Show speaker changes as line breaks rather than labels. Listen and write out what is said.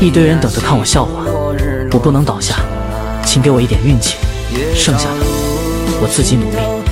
一堆人等着看我笑话，我不能倒下，请给我一点运气，剩下的我自己努力。